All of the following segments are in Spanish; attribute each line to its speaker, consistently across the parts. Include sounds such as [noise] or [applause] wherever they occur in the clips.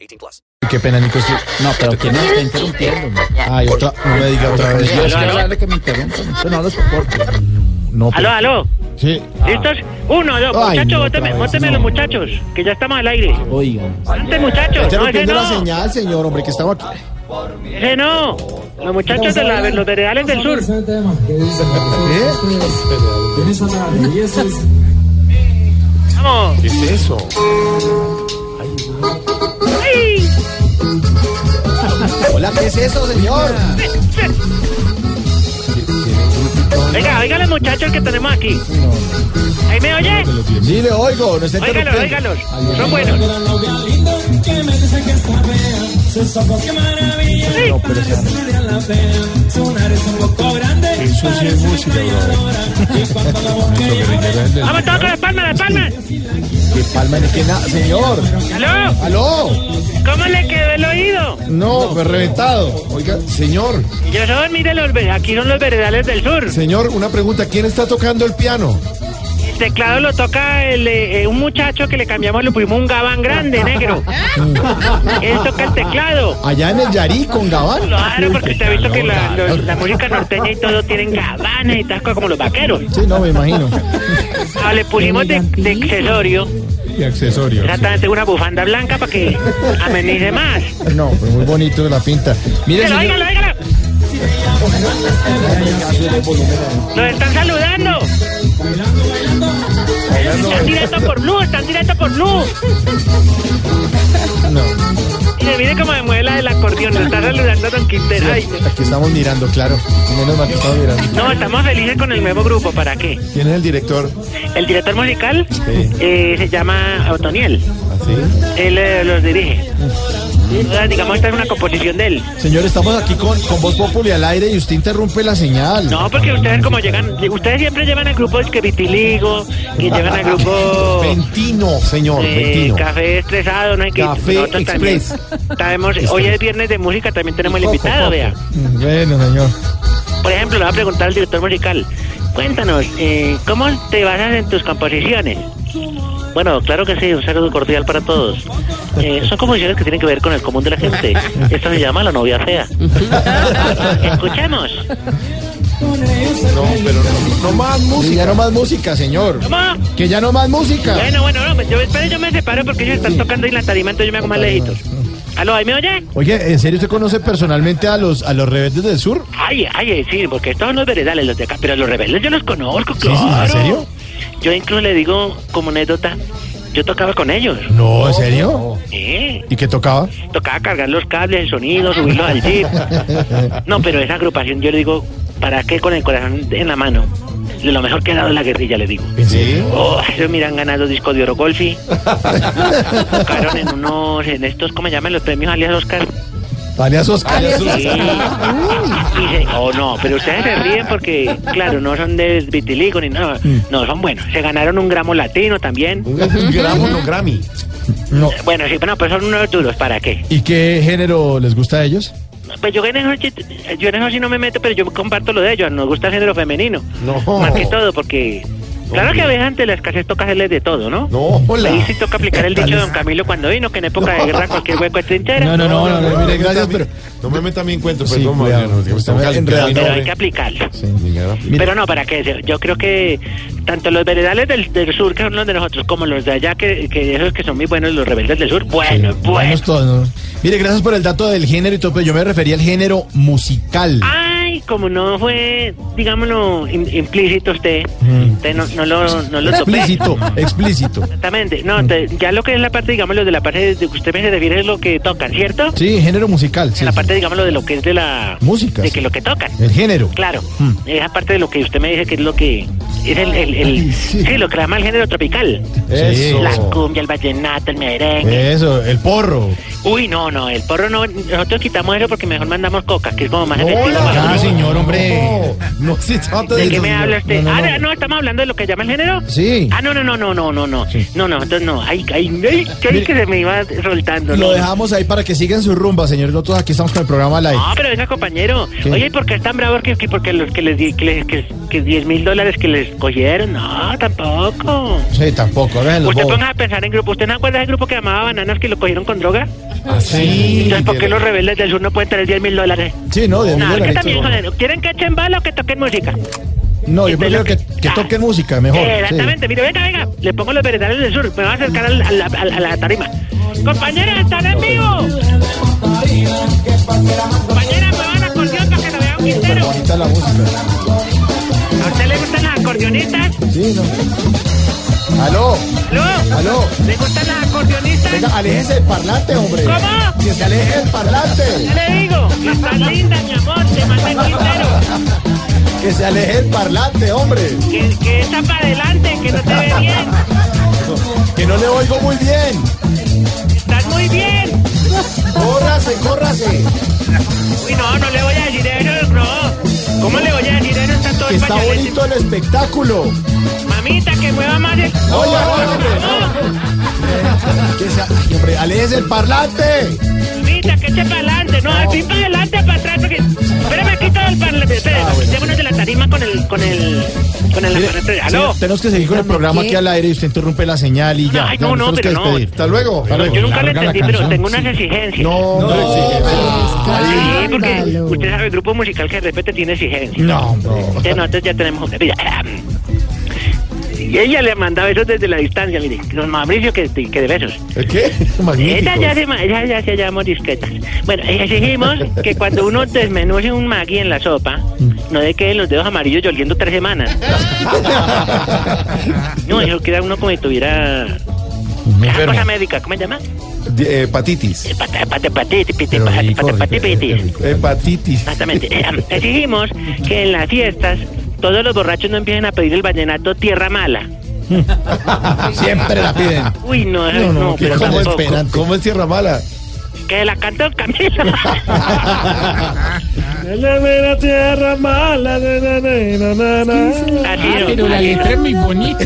Speaker 1: 18 plus.
Speaker 2: Qué pena, Nico. sí.
Speaker 3: No, pero que no está interrumpiendo.
Speaker 2: Ay, otra, no me diga otra vez.
Speaker 3: Yo es que hablarle que me interrumpan. Eso no los soporto.
Speaker 2: No, pero-
Speaker 4: Aló, aló.
Speaker 2: Sí.
Speaker 4: ¿Listos? Uno, dos.
Speaker 2: Ah. Ay,
Speaker 4: Muchachos,
Speaker 2: no,
Speaker 4: bóteme,
Speaker 2: otra vez,
Speaker 4: bóteme
Speaker 2: no.
Speaker 4: los muchachos, que ya estamos al aire.
Speaker 3: Oigan.
Speaker 4: Antes, muchachos. No, ese
Speaker 2: Interrumpiendo la
Speaker 4: no.
Speaker 2: señal, señor, hombre, que estaba aquí.
Speaker 4: Ese no. Los muchachos de la- los veredales del sur.
Speaker 2: ¿Eh?
Speaker 4: Vamos.
Speaker 2: ¿Qué es eso?
Speaker 4: ¡Ay!
Speaker 2: Hola, ¿qué es eso, señor?
Speaker 4: Venga, oigan los muchachos que tenemos aquí. ¿Ahí me oye?
Speaker 2: Sí, le oigo, no está
Speaker 4: Óigalos,
Speaker 2: interrumpiendo.
Speaker 4: óigalos. Son buenos.
Speaker 2: No, pero esa-
Speaker 5: Eso sí es música, brother.
Speaker 4: Vamos todos con las palmas, las palmas.
Speaker 2: qué palma ni qué nada. Señor,
Speaker 4: ¡Aló!
Speaker 2: aló.
Speaker 4: ¿Cómo le quedó el oído?
Speaker 2: No, fue reventado. Oiga, señor,
Speaker 4: Yo soy, mire, los, ve- aquí son los veredales del sur.
Speaker 2: señor, una pregunta. ¿Quién está tocando el piano?
Speaker 4: El teclado lo toca el, eh, eh, un muchacho que le cambiamos, le pusimos un
Speaker 2: [laughs]
Speaker 4: gabán grande, negro. Él toca el teclado.
Speaker 2: Allá en el Yarí con Gabán.
Speaker 4: Claro, porque usted ha visto que la, los- la música norteña y todo tienen gabanes y tascos como los vaqueros.
Speaker 2: Sí, no, me imagino.
Speaker 4: Ah, le pusimos de, de accesorio
Speaker 5: Y accesorios.
Speaker 4: exactamente una bufanda blanca para que amenice más.
Speaker 2: No, pero muy bonito de la pinta. Mire,
Speaker 4: Óigalo,
Speaker 2: señor.
Speaker 4: óigalo, óigalo. Los están saludando. Están directo por luz, están directo por luz.
Speaker 2: No,
Speaker 4: Mire, mire cómo me mueve la del acordeón. Lo está saludando a Don Quintero. Ay,
Speaker 2: aquí estamos mirando, claro. Menos mal que estamos mirando.
Speaker 4: no, estamos felices con el nuevo grupo. ¿Para qué?
Speaker 2: ¿Quién es el director?
Speaker 4: El director musical
Speaker 2: Sí.
Speaker 4: eh, se llama Otoniel.
Speaker 2: ¿Así?
Speaker 4: Él eh, los dirige. Ah, Digamos, esta es una composición de él.
Speaker 2: Señor, estamos aquí con, con Voz Populi al aire y usted interrumpe la señal.
Speaker 4: No, porque ustedes como llegan, ustedes siempre llevan a grupos que vitiligo, que llevan
Speaker 2: [laughs]
Speaker 4: a grupos
Speaker 2: Ventino, señor,
Speaker 4: eh,
Speaker 2: ventino.
Speaker 4: café estresado, no hay que
Speaker 2: Café
Speaker 4: nosotros también
Speaker 2: Express.
Speaker 4: sabemos- hoy es viernes de música, también tenemos el
Speaker 2: Coco,
Speaker 4: invitado,
Speaker 2: coco.
Speaker 4: vea.
Speaker 2: Mm, Bueno, señor.
Speaker 4: Por ejemplo, le voy a preguntar al director musical, cuéntanos, eh, ¿cómo te basas en tus composiciones? Bueno, claro que sí, un saludo cordial para todos. Eh, son composiciones que tienen que ver con el común de la gente. Esta se llama La novia fea. Escuchemos.
Speaker 2: No, pero no, no más música. ya no más música, señor.
Speaker 4: ¿Cómo?
Speaker 2: Que ya no más música.
Speaker 4: Bueno, bueno, no, pues yo, espere, yo me separo porque ellos están tocando ahí en la tarima, entonces yo me hago más lejitos. ¿Aló, ahí me oye?
Speaker 2: Oye, ¿en serio usted conoce personalmente a los, a los rebeldes del sur?
Speaker 4: Ay, ay, eh, sí, porque estos son los veredales, los de acá, pero los rebeldes yo los conozco,
Speaker 2: sí, ¿en
Speaker 4: claro.
Speaker 2: serio?
Speaker 4: Yo incluso le digo, como anécdota, yo tocaba con ellos.
Speaker 2: No, ¿en serio?
Speaker 4: ¿Eh?
Speaker 2: ¿Y qué tocaba?
Speaker 4: Tocaba cargar los cables, el sonido, subirlos al jeep. No, pero esa agrupación yo le digo, ¿para qué con el corazón en la mano? Lo mejor que ha dado la guerrilla, le digo.
Speaker 2: ¿En serio?
Speaker 4: Oh, ellos miran ganado disco de oro golfi. Tocaron en unos, en estos, ¿cómo llaman los premios alias Oscar?
Speaker 2: Alias Oscar.
Speaker 4: Sí. Y se- oh, no, pero ustedes se ríen porque, claro, no son de vitiligo ni nada. No, son buenos. Se ganaron un gramo latino también.
Speaker 2: Un gramo, no Grammy. No.
Speaker 4: Bueno, sí, bueno, pues son unos duros, ¿para qué?
Speaker 2: ¿Y qué género les gusta a ellos?
Speaker 4: Pues yo en eso, chit- yo en eso sí no me meto, pero yo comparto lo de ellos. Nos gusta el género femenino.
Speaker 2: No.
Speaker 4: Más que todo, porque... Claro que a veces ante la escasez toca hacerles de todo, ¿no?
Speaker 2: No, hola.
Speaker 4: Ahí sí toca aplicar el dicho de don Camilo cuando vino, que en época de guerra cualquier hueco es trinchera.
Speaker 2: No, no, no, no, no, mire, gracias, pero.
Speaker 5: No me meta a mí en cuento,
Speaker 2: Sí,
Speaker 5: perdón,
Speaker 2: cuidado,
Speaker 5: Mariano, que me
Speaker 2: usted
Speaker 5: estamos
Speaker 2: me
Speaker 5: calentando.
Speaker 4: Pero hay que aplicarlo.
Speaker 2: Sí, mire,
Speaker 4: Pero no, para qué, yo creo que tanto los veredales del, del sur, que son los de nosotros, como los de allá, que, que esos que son muy buenos, los rebeldes del sur, bueno, bueno.
Speaker 2: buenos todos, ¿no? Mire, gracias por el dato del género y todo, pero yo me refería al género musical.
Speaker 4: Ay, como no fue, digámoslo, im- implícito usted,
Speaker 2: Mm.
Speaker 4: usted no, no lo, no lo topé.
Speaker 2: explícito,
Speaker 4: [laughs]
Speaker 2: explícito.
Speaker 4: Exactamente, no, te- ya lo que es la parte, digámoslo, de la parte de que usted me se refiere es lo que tocan, ¿cierto?
Speaker 2: Sí, género musical. Sí,
Speaker 4: la
Speaker 2: sí.
Speaker 4: parte, digámoslo, de lo que es de la...
Speaker 2: Música, sí.
Speaker 4: De
Speaker 2: Eh.
Speaker 4: que lo que tocan.
Speaker 2: El género.
Speaker 4: Claro,
Speaker 2: Mm.
Speaker 4: esa parte de lo que usted me dice que es lo que... Es el, el, el-
Speaker 2: Ay, sí.
Speaker 4: sí. lo que llama el género tropical.
Speaker 2: Eso. Eh.
Speaker 4: La cumbia, el vallenato, el merengue.
Speaker 2: Eso, el porro.
Speaker 4: Uy, no, no, el porro no. Nosotros quitamos eso porque mejor mandamos coca, que es como más efectivo.
Speaker 6: Hola,
Speaker 4: para-
Speaker 2: Ya, señor, hombre.
Speaker 6: No, no se trata de.
Speaker 4: ¿De qué
Speaker 6: eso,
Speaker 4: me
Speaker 6: señor.
Speaker 4: habla usted?
Speaker 6: No, no,
Speaker 4: ah,
Speaker 6: no.
Speaker 4: no, estamos hablando de lo que llama el género.
Speaker 2: Sí.
Speaker 4: Ah, no, no, no, no, no, no, no. No, no, entonces no. Ay, ay, ay, creí que se me iba soltando.
Speaker 2: Lo
Speaker 4: no.
Speaker 2: dejamos ahí para que sigan su rumba, señor. Nosotros aquí estamos con el programa live.
Speaker 4: No, pero venga, compañero. Oye, ¿y por qué están bravos que, que porque los que les di, que, les- que, que 10 mil dólares que les cogieron? No, tampoco.
Speaker 2: Sí, tampoco, háganse los
Speaker 4: Usted
Speaker 2: bobos.
Speaker 4: ponga a pensar en grupo. ¿Usted no acuerda del grupo que llamaba Bananas que lo cogieron con droga?
Speaker 2: Ah, sí.
Speaker 4: Entonces, ¿por qué
Speaker 2: de-
Speaker 4: los rebeldes del sur no pueden tener 10 mil dólares?
Speaker 2: Sí, no, de
Speaker 4: No, es que
Speaker 2: dólares.
Speaker 4: también, joder, ¿quieren que echen bala o que toquen música?
Speaker 2: No, yo
Speaker 4: Este es
Speaker 2: prefiero
Speaker 4: lo
Speaker 2: que,
Speaker 4: que-
Speaker 2: que toquen música, mejor. sí.
Speaker 4: Exactamente, mire, venga, venga, le pongo los veredales del sur, me va a acercar al- al- al- a la, tarima. Compañeras, están en vivo. Compañeras, me van a acordeón para que lo vea un
Speaker 2: Pero
Speaker 4: quintero.
Speaker 2: bonita la música.
Speaker 4: ¿A usted le gustan las acordeonistas?
Speaker 2: Sí, no. Aló,
Speaker 4: ¿No?
Speaker 2: aló.
Speaker 4: ¿Le gustan las acordeonistas?
Speaker 2: Venga, aléjese del parlante, hombre.
Speaker 4: ¿Cómo?
Speaker 2: Que se aleje del parlante.
Speaker 4: ¿Qué le digo? Que estás linda, mi amor, te manda el quintero.
Speaker 2: Que se aleje del parlante, hombre.
Speaker 4: Que, que está para adelante, que no te ve bien.
Speaker 2: Que no le oigo muy bien.
Speaker 4: Estás muy bien.
Speaker 2: Córrase, córrase.
Speaker 4: Uy, no, no le voy a decir eso, no. ¿Cómo le voy a decir eso? Está todo
Speaker 2: Que
Speaker 4: el
Speaker 2: está
Speaker 4: pañolete.
Speaker 2: bonito el espectáculo.
Speaker 4: Mamita, que mueva más el...
Speaker 2: Oye, oye, hombre. Que se, ay, hombre, aléjese del parlante.
Speaker 4: Mamita, que eche para adelante. No, al fin para adelante, para atrás. Porque... Espérame, aquí todo el parlante. Espérame, quitémonos de la tarima con el... Con el... Con el
Speaker 2: Mire,
Speaker 4: aparato.
Speaker 2: señor,
Speaker 4: ¿Aló?
Speaker 2: tenemos que seguir con el programa aquí al aire y usted interrumpe la señal y ya.
Speaker 4: Ay,
Speaker 2: Ya,
Speaker 4: no,
Speaker 2: nos
Speaker 4: no,
Speaker 2: tenemos que
Speaker 4: pero no.
Speaker 2: despedir. Hasta luego. Hasta
Speaker 4: Yo
Speaker 2: luego.
Speaker 4: nunca lo
Speaker 6: larga la
Speaker 4: entendí, pero
Speaker 6: canción,
Speaker 4: tengo unas exigencias.
Speaker 2: No, no,
Speaker 4: Sí,
Speaker 2: exige.
Speaker 4: porque
Speaker 7: Ándalo.
Speaker 4: usted sabe, el grupo musical que de repente tiene exigencias.
Speaker 2: No, no.
Speaker 4: Entonces nosotros ya tenemos una vida. Y ella le mandaba besos desde la distancia, mire. Don Mauricio, que, que de besos.
Speaker 2: ¿El qué?
Speaker 4: Ella
Speaker 2: Magnífico. [laughs]
Speaker 4: ya, se, ma- ella ya se llama discretas. Bueno, exigimos que cuando uno desmenuce un maggi en la sopa,
Speaker 2: Mm.
Speaker 4: no le queden los dedos amarillos oliendo tres semanas. No, eso queda uno como si tuviera... Esa cosa médica, ¿cómo se llama?
Speaker 6: De- Hepatitis.
Speaker 4: Pata- pata- patitis, piti-
Speaker 2: eh, Pero
Speaker 4: pata-
Speaker 2: rico,
Speaker 4: pata-
Speaker 2: rico, eh,
Speaker 4: patipitis.
Speaker 2: rico, rico.
Speaker 6: Hepatitis.
Speaker 4: Exactamente. Exigimos que en las fiestas todos los borrachos no empiecen a pedir el vallenato Tierra Mala.
Speaker 2: Siempre la piden.
Speaker 4: Uy, no,
Speaker 2: No,
Speaker 4: eso no,
Speaker 2: no, que
Speaker 4: pero
Speaker 2: cómo
Speaker 4: tampoco.
Speaker 2: esperan.
Speaker 6: ¿Cómo es Tierra Mala?
Speaker 4: Que la cantó Camilo.
Speaker 2: [laughs]
Speaker 4: Tierra Mala. Así
Speaker 8: Ah,
Speaker 4: es.
Speaker 8: pero la letra es muy bonita.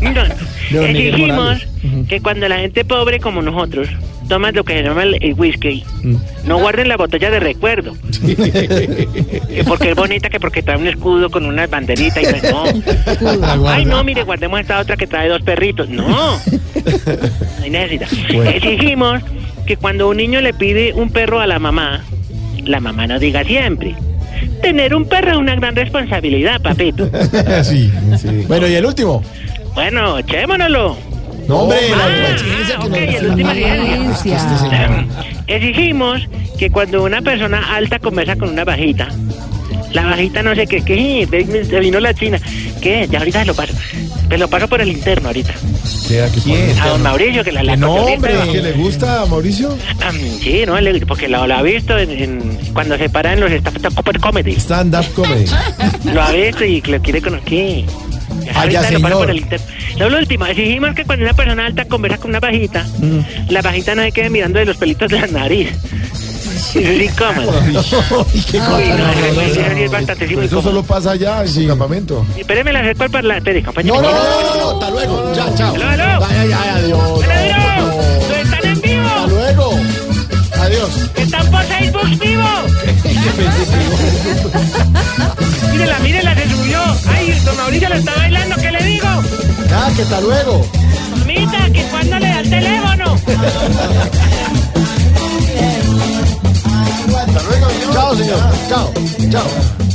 Speaker 4: No,
Speaker 2: León Miguel
Speaker 4: exigimos
Speaker 2: Morales.
Speaker 4: que cuando la gente pobre como nosotros toma lo que se llama el, el whisky,
Speaker 2: Mm.
Speaker 4: no guarden la botella de recuerdo. Que porque es bonita, que porque trae un escudo con unas banderitas y pues,
Speaker 2: [laughs]
Speaker 4: no. Ay, no, mire, guardemos esta otra que trae dos perritos. No,
Speaker 2: [laughs]
Speaker 4: no hay necesidad. Exigimos que cuando un niño le pide un perro a la mamá, la mamá no diga siempre. Tener un perro es una gran responsabilidad,
Speaker 2: [laughs]
Speaker 4: papito.
Speaker 2: Sí, sí. Bueno, y el último.
Speaker 4: Bueno, echémonoslo.
Speaker 2: No, hombre, la, la
Speaker 4: Ah,
Speaker 2: exigencia que
Speaker 4: ok,
Speaker 2: nos-
Speaker 4: el último día.
Speaker 2: Es que este señor-
Speaker 4: Exigimos que cuando una persona alta conversa con una bajita, la bajita no sé qué, que "Eh, se vino la china, que ya ahorita se lo paso, te lo paso por el interno ahorita,
Speaker 6: ¿Quién?
Speaker 4: a don Mauricio que la Ah, la
Speaker 2: Que no,
Speaker 4: conocí,
Speaker 2: hombre.
Speaker 4: pero-
Speaker 6: ¿Que le gusta a Mauricio?
Speaker 4: Ah, sí, no, le- porque lo, lo ha visto en, en- cuando se para en los stand-up comedy,
Speaker 6: Stand-up
Speaker 4: [laughs]
Speaker 6: comedy.
Speaker 4: lo ha visto y lo quiere conocer.
Speaker 2: Ah,
Speaker 4: ahorita
Speaker 2: ya,
Speaker 4: lo paso
Speaker 2: señor.
Speaker 4: por el interno. Lo lo último, exigimos que cuando una persona alta conversa con una bajita,
Speaker 2: Mm.
Speaker 4: la bajita no se quede mirando de los pelitos de la nariz. Eso es incómodo.
Speaker 2: Ay, qué
Speaker 4: Uy,
Speaker 2: cosa.
Speaker 4: no, eso es- eso es bastante
Speaker 6: Pero eso
Speaker 4: incómodo.
Speaker 6: solo pasa allá en su campamento.
Speaker 4: Espéreme, la acerco al parlante, compañero.
Speaker 2: No, no, no, no, no, hasta luego. Ya, chao.
Speaker 4: Aló, aló.
Speaker 2: Ay, ay, ay, adiós.
Speaker 4: ¡Aló! ¡Lo están en
Speaker 2: Hasta
Speaker 4: vivo!
Speaker 2: luego. Adiós.
Speaker 4: ¡Están por Facebook vivo! mírela, mírela, se subió. ¡Ay, don Mauricio lo está bailando! ¿Qué le digo?
Speaker 2: Nada, que hasta luego.
Speaker 4: Mamita, que cuando le da el teléfono.
Speaker 2: Hasta luego. Chao, señor. Chao. Chao.